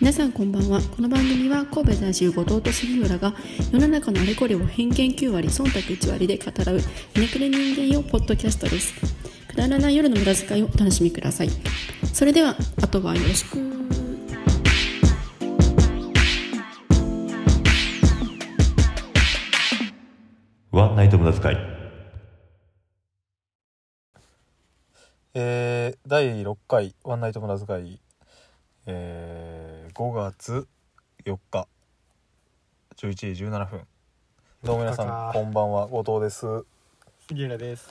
皆さんこんばんはこの番組は神戸在住後藤と杉浦が世の中のあれこれを偏見9割忖度1割で語らうひねくれ人間用ポッドキャストですくだらない夜の無駄遣いをお楽しみくださいそれではあとはよろしくワンナイト無駄遣い。えー第6回「ワンナイト無駄遣い」えー5月4日11時17分どうも皆4日さかんこんばんは後藤です杉浦です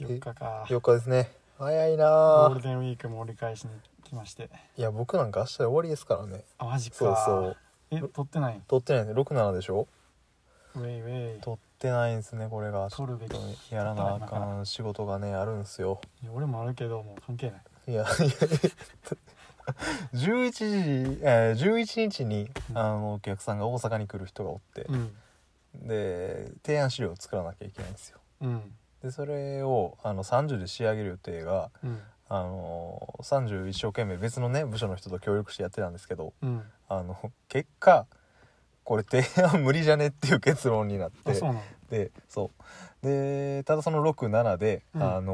4日か4日ですね早いゴなールーデンウィークも折り返しに来ましていや僕なんか明日で終わりですからねあマジかそうそうえ撮ってない撮ってないんで67でしょウェイウェイ撮ってないんですねこれが撮るべき本当にやらなあかん仕事がねあるんすよいや俺もあるけどもう関係ないいやいや11時、えー、11日にあのお客さんが大阪に来る人がおって、うんで提案資料を作らなきゃいけないんですようんでそれをあの30で仕上げる予定がうんあの30一生懸命別のね部署の人と協力してやってたんですけどうんあの結果これ提案無理じゃねっていう結論になっあてそうなのでそうでただその67で、うんあの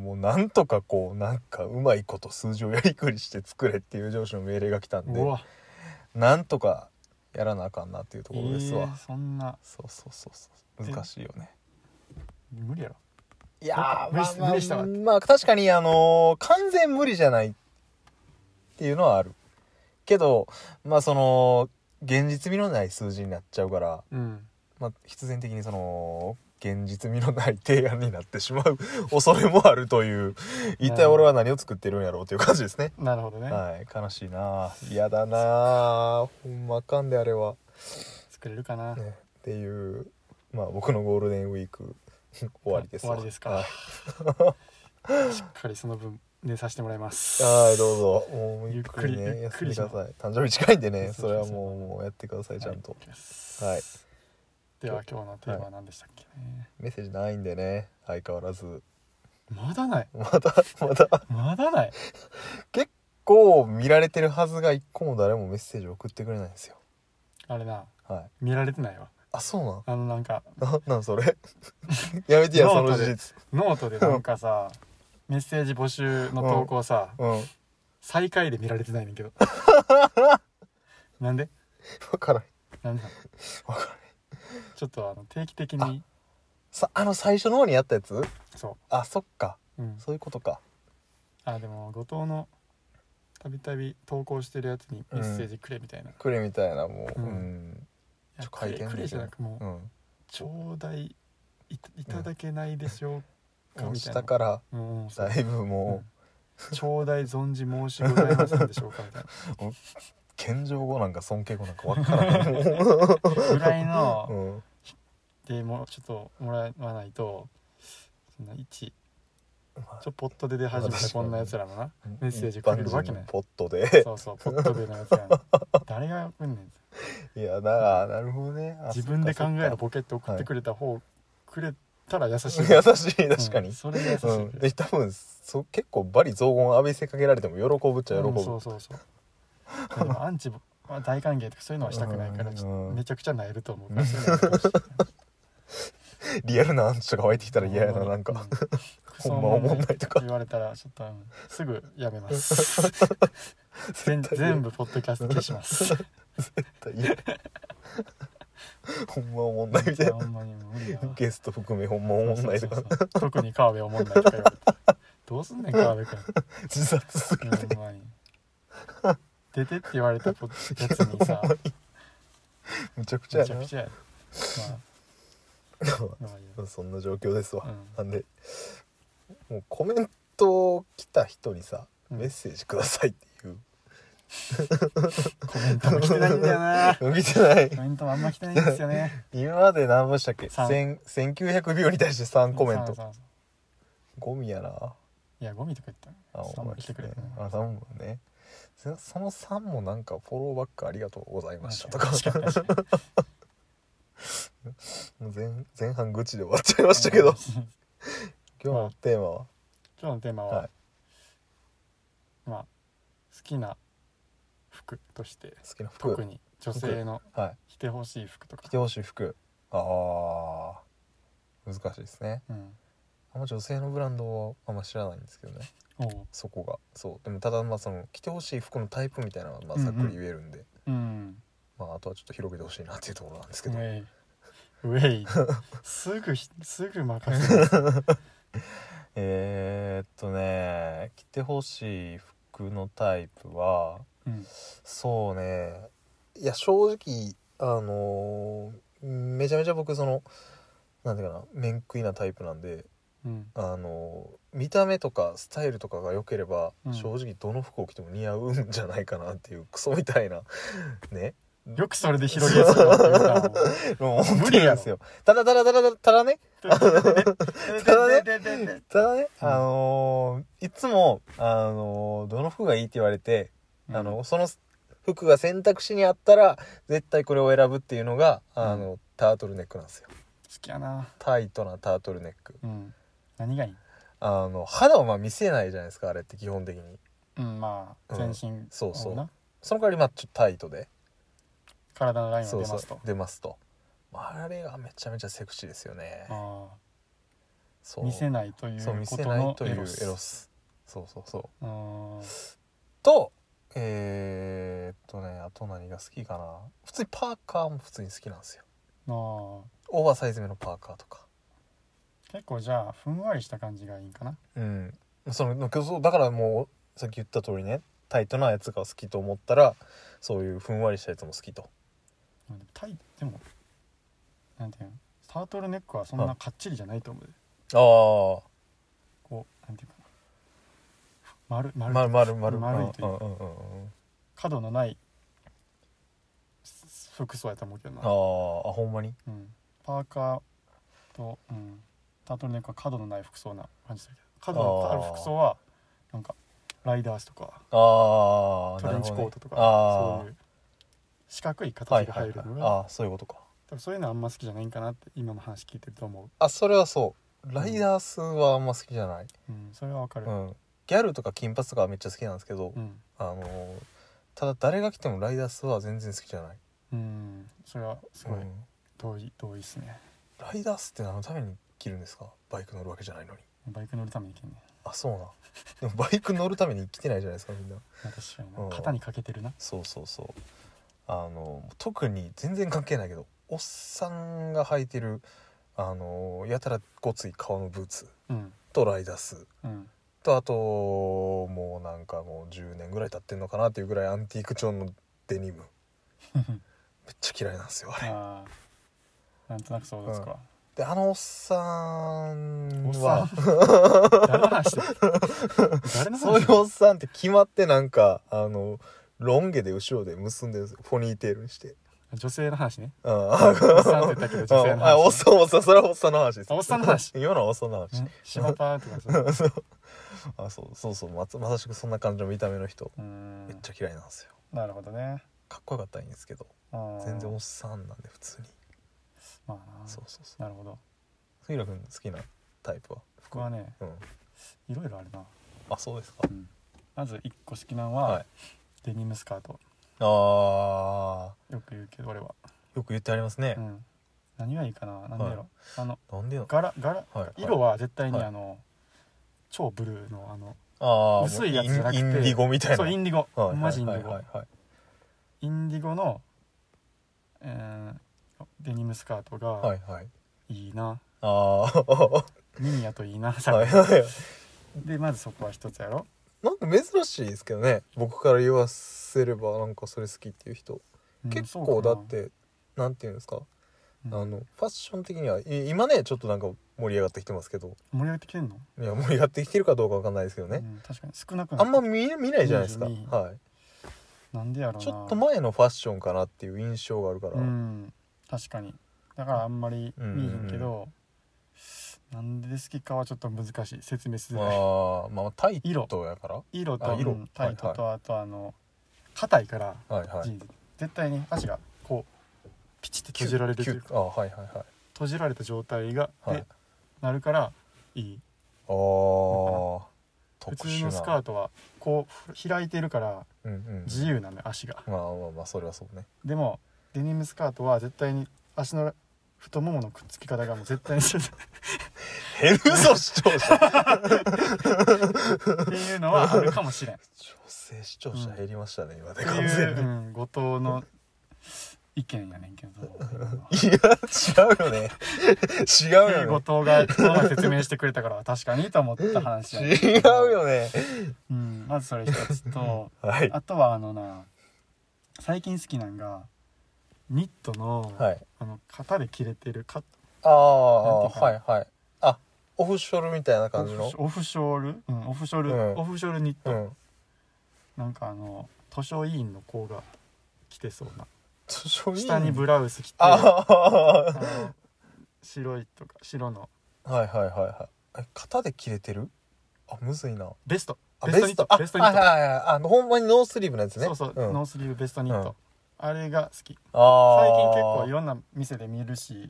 もうなんとかこうなんかうまいこと数字をやりくりして作れっていう上司の命令が来たんでうわなんとかやらなあかんなっていうとえころですわ、ーそんなそうそうそうそう難しいよね無理やろいやー無ま理あしまあ無理したわまあ確かにあのー完全無理じゃないっていうのはあるけどまあその現実味のない数字になっちゃうから、うんまあ、必然的にその現実味のない提案になってしまう 恐れもあるという一体俺は何を作ってるんやろうという感じですね、なるほどねはい悲しいなあ嫌だなあほんまあかんであれは、作れるかなね、っていうまあ僕のゴールデンウィーク 終わりですわ終わりですかはいしっかりその分寝させてもらいますはい、どうぞ。もうゆゆっっくくりりね、ゆっ休くんりでしくまだすさい。誕生日近いんでね、そそうそうそうれはもう、もうやってください、ちゃんとは。いはいでは今日のテーマは何でしたっけねメッセージないんでね、相変わらず。まだないまた、また、まだない結構見られてるはずが、一個も誰もメッセージ送ってくれないんですよ。あれなはい。見られてないわあ、そうあのなんかなん なんなんそれやめてや、そノのート事で実。ノートでなんかさメッセージ募集の投稿さ、うん。わ最下位で見られてないねんけどなんでからん。なんでなのわからん。ちょっとあの定期的にさ、あの最初の方にやったやつそあ、そっか。う、うん、そういうことか。あでも後藤のたびたび投稿してるやつにメッセージくれみたいな、くれみたいな、もう。ううんん。いやちょ回転くれくれじゃなくもう、うん。ちょうだいいたいただけないでしょうかもうみたいな下から、うんそうだいぶもう。ちょうだい存じ申しございませんでしょうかみたいな謙譲語なんか尊敬語なんかわ からない、ぐらいのうん、でもちょっともらわないとそんな一まあちょポットで出始めたこんなやつらもなメッセージ一く般れるわけない人ポット でそうそうポットでのやつらに誰が来んねんいやだなるほどねあ自分で考えるそっかポケット送ってくれた方、くれたら優しいそっか優しい 確かに、うんうんそれが優しい、で多分そ結構バリ雑言浴びせかけられても喜ぶっちゃ喜ぶ、うんそうそうそういやでもアンチまあ大歓迎とかそういうのはしたくないから、うんちょっとめちゃくちゃなえると思うからそういうのやめてほしいリアルなアンチとか湧いてきたら嫌やななんうか、 そうほんま思んないとか言われたらちょっと、うんすぐやめます 全全部ポッドキャスト消し ますいやほんま思んないみたいなほんまに無理だわゲスト含めほんま思んないとそかうそうそう特に川辺思んないとか言われてどうすんねん川辺くん自殺するほんまに出てって言われたポッやつ にさむちゃくちゃめやちゃなくちゃやまあまあいいやそんな状況ですわ、うんなんでもうコメント来た人にさ、うんメッセージくださいっていうコメントも来てないんだよ な見て ないコメントもあんま来てないんですよね今まで何分したっけ三千1900秒に対して3コメンそトうそうそうゴミやないやゴミとか言ったあの3おも前来てくれてないあ3もねそその3もなんかフォローバックありがとうございましたとか 確かに確かに もう前前半愚痴で終わっちゃいましたけど 今日のテーマは今日のテーマは、はいまあ好きな不服として好きな服特に女性のはい着てほしい服と着かて、ほしい服あー難しいですねうん、あんま女性のブランドはあんま知らないんですけどねおうそこがそうでもただまあその着てほしい服のタイプみたいなのはまあうんうんさっくり言えるんで、うんまあ、あとはちょっと広げてほしいなっていうところなんですけウど、ェイウェ イすぐひすぐ任せるえー、っとね着てほしい服のタイプはうんそうねいや正直あのーめちゃめちゃ僕そのなんていうかな面食いなタイプなんでうんあのー見た目とかスタイルとかが良ければ、うん正直どの服を着ても似合うんじゃないかなっていうクソみたいなねよくそれで広げやすくなってるなももうう無無理理やろですよただただただ ただねただね、うんあのーいつも、あのーどの服がいいって言われて、あのその服が選択肢にあったら絶対これを選ぶっていうのがあの、タートルネックなんですよ好きやなタイトなタートルネックうん何がいいあの肌をまあ見せないじゃないですかあれって基本的にうんまあう全ん身そうそうこなその代わりまあちょっとタイトで体のラインを出そうまそうすと出ますとあれがめちゃめちゃセクシーですよねあそあう見せないというそう見こせとないのというエロスエロスそうそうそうあーとえー、っとねあと何が好きかな普通にパーカーも普通に好きなんですよあオーバーサイズめのパーカーとかー結構じゃあふんわりした感じがいいんかなうんそのそうだからもうさっき言った通りねタイトなやつが好きと思ったらそういうふんわりしたやつも好きとでもタイでもなんていうのタートルネックはそんなかっちりじゃないと思うであこうなんていうかな丸あ丸丸丸丸丸いといううんうんうんうん角のないす服装やと思うけどあな、ーあほんまにうん、パーカーと、うん、タートルネックは角のない服装な感じだけど角のあるあー服装はなんかライダースとかああトレンチコートとか、あそういう四角いは形いがはい入はいるのが、ああそういうことか多分そういうのあんま好きじゃないんかなって今の話聞いてると思あそれはそうライダースはあんま好きじゃない、う、うん、それはわかる、うん、ギャルとか金髪とかはめっちゃ好きなんですけど、うんあのーただ誰が来てもライダースは全然好きじゃない、うん、それはすごいうん同意同意ですねライダースって何のために着るんですかバイク乗るわけじゃないのにバイク乗るためにいけんねあそうなんでもバイク乗るために着てないじゃないですかみんな確かになうん肩にかけてるなそうそうそうあの特に全然関係ないけどおっさんが履いてるあのやたらごつい革のブーツうんとライダースうんとあともうなんかもう10年ぐらい経ってんのかなっていうぐらいアンティーク調のデニム めっちゃ嫌いなんですよあれあーなんとなく想像つくわ、であのおっさんおっはさん誰の話してる誰の話そういうおっさんって決まってなんかあのロン毛で後ろで結んでるんですよフォニーテールにして女性の話ねあおっさんって言ったけど女 性の話、ね、あおっさんおっさんそれはおっさんの話ですあおっさんの話今のはおっさんの話ん柴田とかさあそうそうそうまつまさしくそんな感じの見た目の人うんめっちゃ嫌いなんですよなるほどねかっこよかったらいいんですけどあー全然おっさんなんで普通にまあなそうそうそうなるほど杉浦君好きなタイプは僕はねうんいろいろあるな、あそうですかまず一個好きなのは、はいデニムスカートあよく言うけど俺は、ーよく言ってありますねうん、何がいいかな何だろう、はあのなんでよ柄柄はいはい色は絶対にはいあの、超ブルーのあのあー薄いやつじゃなくてインインディゴみたいなそうインンディゴ、はいはいマジインディゴ、はいはいはいインディゴの、えーデニムスカートはがいはいいいな、あ あミニやといいな、はいはい でまずそこは一つやろなんか珍しいですけどね僕から言わせればなんかそれ好きっていう人、うん結そ構うかだなってなんていうんですか、うんあのファッション的にはい今ねちょっとなんか盛り上がってきてますけど盛り上げてきてんのいや盛り上がってきてるかどうかわかんないですけどね、うん確かに少なくなあんまっ見見ないじゃないですか、見ないはたなんでやろうい、なちょっと前のファッションかなっていう印象があるから、うん確かにだからあんまり見えへんけど、なんで好きかはちょっと難しい説明しづまらいあまあタイトやから色とあ色うんタイトはいとあとあの硬いからはいはジーいンズ絶対に足がこうピチッて閉じられるというキかュあはいはいはい閉じられた状態が、はいでなるからいいああ普特通殊のなスカートはこう開いてるからうんうん自由なんだよ足がまあまあまあそれはそうねでもデニムスカートは絶対に足の太もものくっつき方がもう絶対にしてるヘルソ視聴者っていうのはあるかもしれんっ女性視聴者減りましたね、今でて完い全う、に、うん、後藤の意見やねんけどいや違うよね違うよね後藤がこの前説明してくれたから確かにと思った話やねん 違うよねうん、まずそれ一 つとはいあとはあのな最近好きなんがニットの,、はいあの型で切れてるカああなんていうかはいはいあオフショルみたいなオ感じフのショオフショール、うん、オフショール、うんオフショールニッうト、んなんかあの図書委員の子が着てそうな図書委員下にブラウス着てあああの白いとか白のはいはいはいはいえ型で切れてるあむずいなベストあベストニットあベストニット、はいはいはいあのほんまにノースリーブのやつねそうそう、ん、ノースリーブベストニット、うんあれが好きあ最ー近結構いろんな店で見るし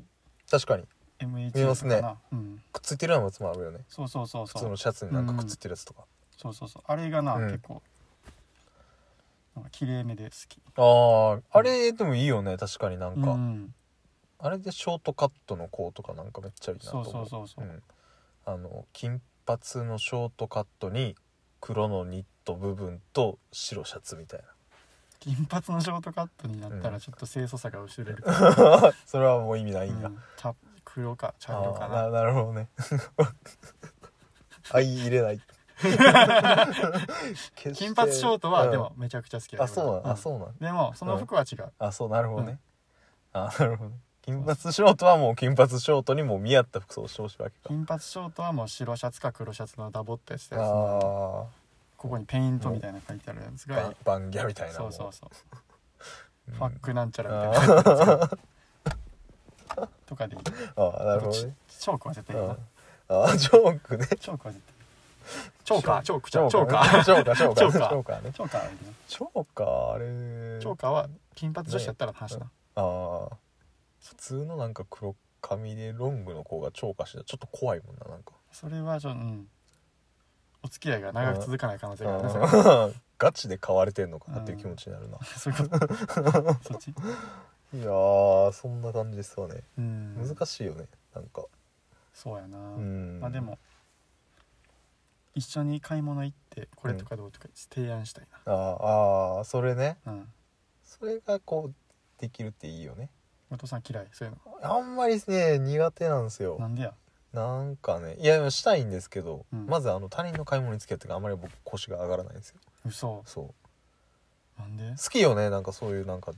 確かに MH 見ますねとかな、うん、くっついてるようなやつもあるよねそうそうそうそ普う通のシャツになんかくっついてるやつとか、そうそうそうあれがな、うん結構なんか綺麗めで好きあああれでもいいよね確かになんか、うん、あれでショートカットの子とかなんかめっちゃいいなとそ思ううそうそうそう、ん、あの金髪のショートカットに黒のニット部分と白シャツみたい金髪のショートカットになったうんらちょっと清楚さが薄れるから、なそれはもう意味ないんや、うん茶黒か茶あ色ーかなななるほどね 相入れない 金髪ショートはでももめちゃくちゃ好きだあそうなん、あうそうなんんでもその服は違う、あそうなるほどね、あなるほどね金髪ショートはもう金髪ショートにもう見合った服装をしてほしいわけか金髪ショートはもう白シャツか黒シャツのダボっとしたやつのあここにペイントみたいなの書いてあるやつあがいいバンギャみたいなそうそうもそううファックなんちゃらみたいあなーとかでいいあーなる ほどチねョークは絶対いいなああジョークねチョークは絶対チョーカーチョークジチョョーチョーーカカーージョーカージョーカージジョーカーョーカーねチョーカーはいいなジョーカーあれチョーカーは金髪女子やったらの話な、ああ普通のなんか黒髪でロングの子がチョーカーしてたらちょっと怖いもんななんかそれはちょうんお付き合いが長く続かない可能性があるねそれはあーガチで買われてんのかなっていう気持ちになるなそういうことそっちいやーそんな感じですわねうん難しいよねなんかそうやな、うんまあでも一緒に買い物行ってこれとかどうとか提案したいあーあーそれねなうん、それがこうできるっていいよね後藤さん嫌いそういうあんまりね苦手なんですのよなんでやなんかねいやでもしたいんですけど、うんまずあの他人の買い物に付き合ってからあんまり僕腰が上がらないんですよ嘘そうなんで好きよねなんかそういうなんか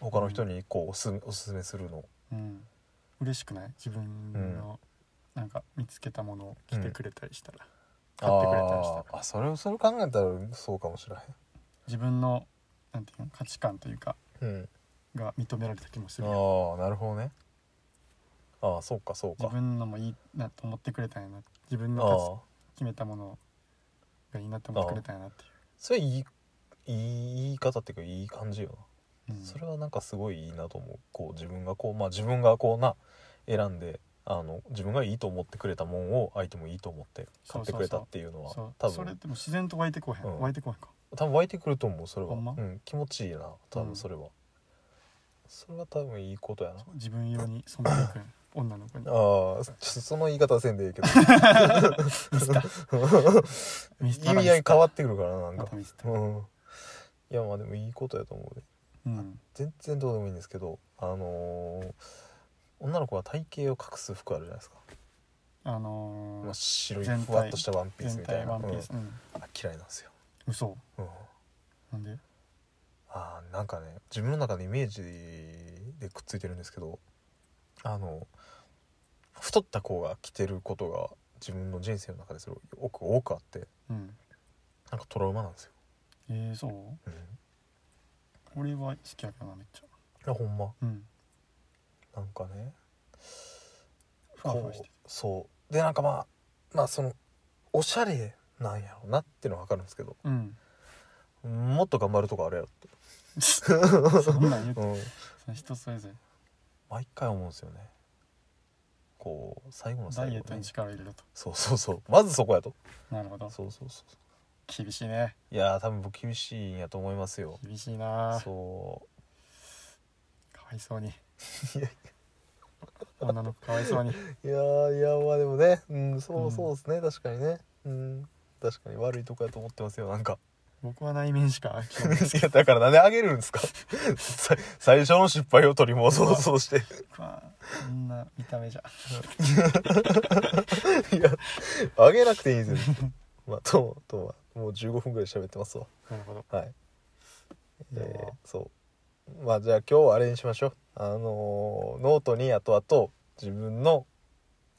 他の人にこうおすすめおすすめするのうん嬉しくない自分の、なんか見つけたものを着てくれたりしたら、買ってくれたりしたらあーあそれをそれ考えたらそうかもしれ自分のなんていうの価値観というかへん、うん、が認められた気もするやんああなるほどねああそうかそう自か分のもいいなと思ってくれたんやな自分あの勝あち決めたものがいいなと思ってくれたんやなっていそれいいいい言い方っていうかいい感じよう、な、うんそれはなんかすごいいいなと思うこう自分がこうまあ自分がこうな選んであの自分がいいと思ってくれたもんを相手もいいと思って買ってくれたっていうのはそう多それ分でも自然と湧いてこうへん、うん湧いてこうへんか多分湧いてくると思うそれは、ほんまうん、気持ちいいな多うん分それは、それは多分いいことやなそう自分用に染めていくやん女の子にあーちょっとその言い方はせんでいいけど ミスタミスタ意味合い変わってくるからななんまかた、ミスタうん、いやまあでもいいことやと思うでうん全然どうでもいいんですけどあのー女の子は体型を隠す服あるじゃないですか、あのーまあ、白い全体ふわっとしたワンピース全みた体いなワンピース、ううんんあ嫌いなんですよ、嘘うん、なんであーなんかね自分の中のイメージでくっついてるんですけどあの太った子が着てることが自分の人生の中ですごく多くあってうんなんかトラウマなんですよ、えー、そううん、い俺は好きやけどなめっちゃやほんまうんなんかねふわふわしてこうそうでなんかまあまあそのおしゃれなんやろうなっていうのは分かるんですけどるうん もっと頑張るとこあるやろって、そんなん言ってうん、それ人それぞれ毎回思うんですよねこう最後のダ最イエッ後トねに力を入れるとそうそうそうまずそこやとなるほどそうそうそう厳しいねいやー多分僕厳しいんやと思いますよ厳しいなぁそかわいそうにいや女の子かわいそうにういやーいやまあでもねうんそううんそうですね、確かにねうん確かに悪いとこやと思ってますよなんか 僕は内面しか興味ないいやだからなんであげるんですか さ最初の失敗を取り戻そうして僕はそんな見た目 じゃいやあげなくていいんですよまあともとももう15分ぐらい喋ってますわなるほどはいえいやーそうまあじゃあ今日はあれにしましょうあのーノートにあとあと自分の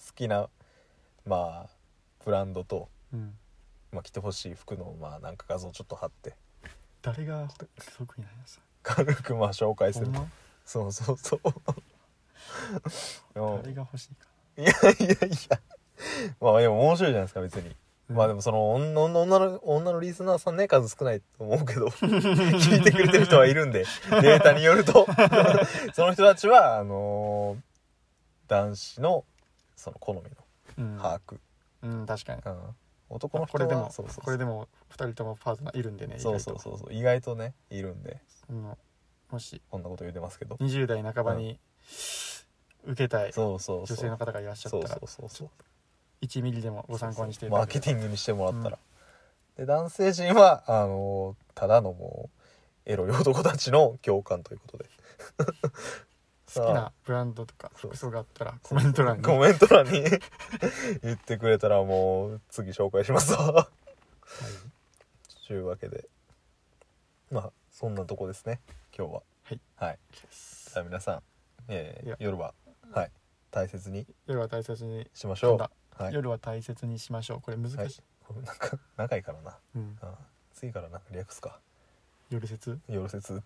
好きなまあブランドと、うんまあ、着てほしい服のまあなんか画像ちょっと貼って誰が得意なんやさ軽くまあ紹介すほるんまそうそうそう うん誰が欲しいかいやいや いやまあでも面白いじゃないですか別にまあでもその女女女の女のリスナーさんね数少ないと思うけど聞いてくれてる人はいるんでデータによると その人たちはあのー男子のその好みのうん、把握、うん、確かにうん男のまあ人こはれでもそうそうこそうれでも二人ともパートナーいるんでねそうそうそうそう意外とねいるんでう、うん、もしこんなこと言うてますけど20代半ばに受けたい女そうそうそう性の方がいらっしゃったそうらそうそうそう1ミリでもご参考にしていたマーだけケればティングにしてもらったら、で男性陣はあのーただのもうエロい男たちの共感ということで好きなブランドとかそう服装があったらコメント欄にコメント欄に 言ってくれたらもう次紹介しますわはいというわけでまあそんなとこですね今日ははい、はい、じゃあ皆さん、えーいや夜は、はい、大切に夜は大切にしましそょうだう、はい夜は大切にしましょうこれ難しい、はい、これなんか長いからな、うん、うん、次からなんか略すか夜説夜説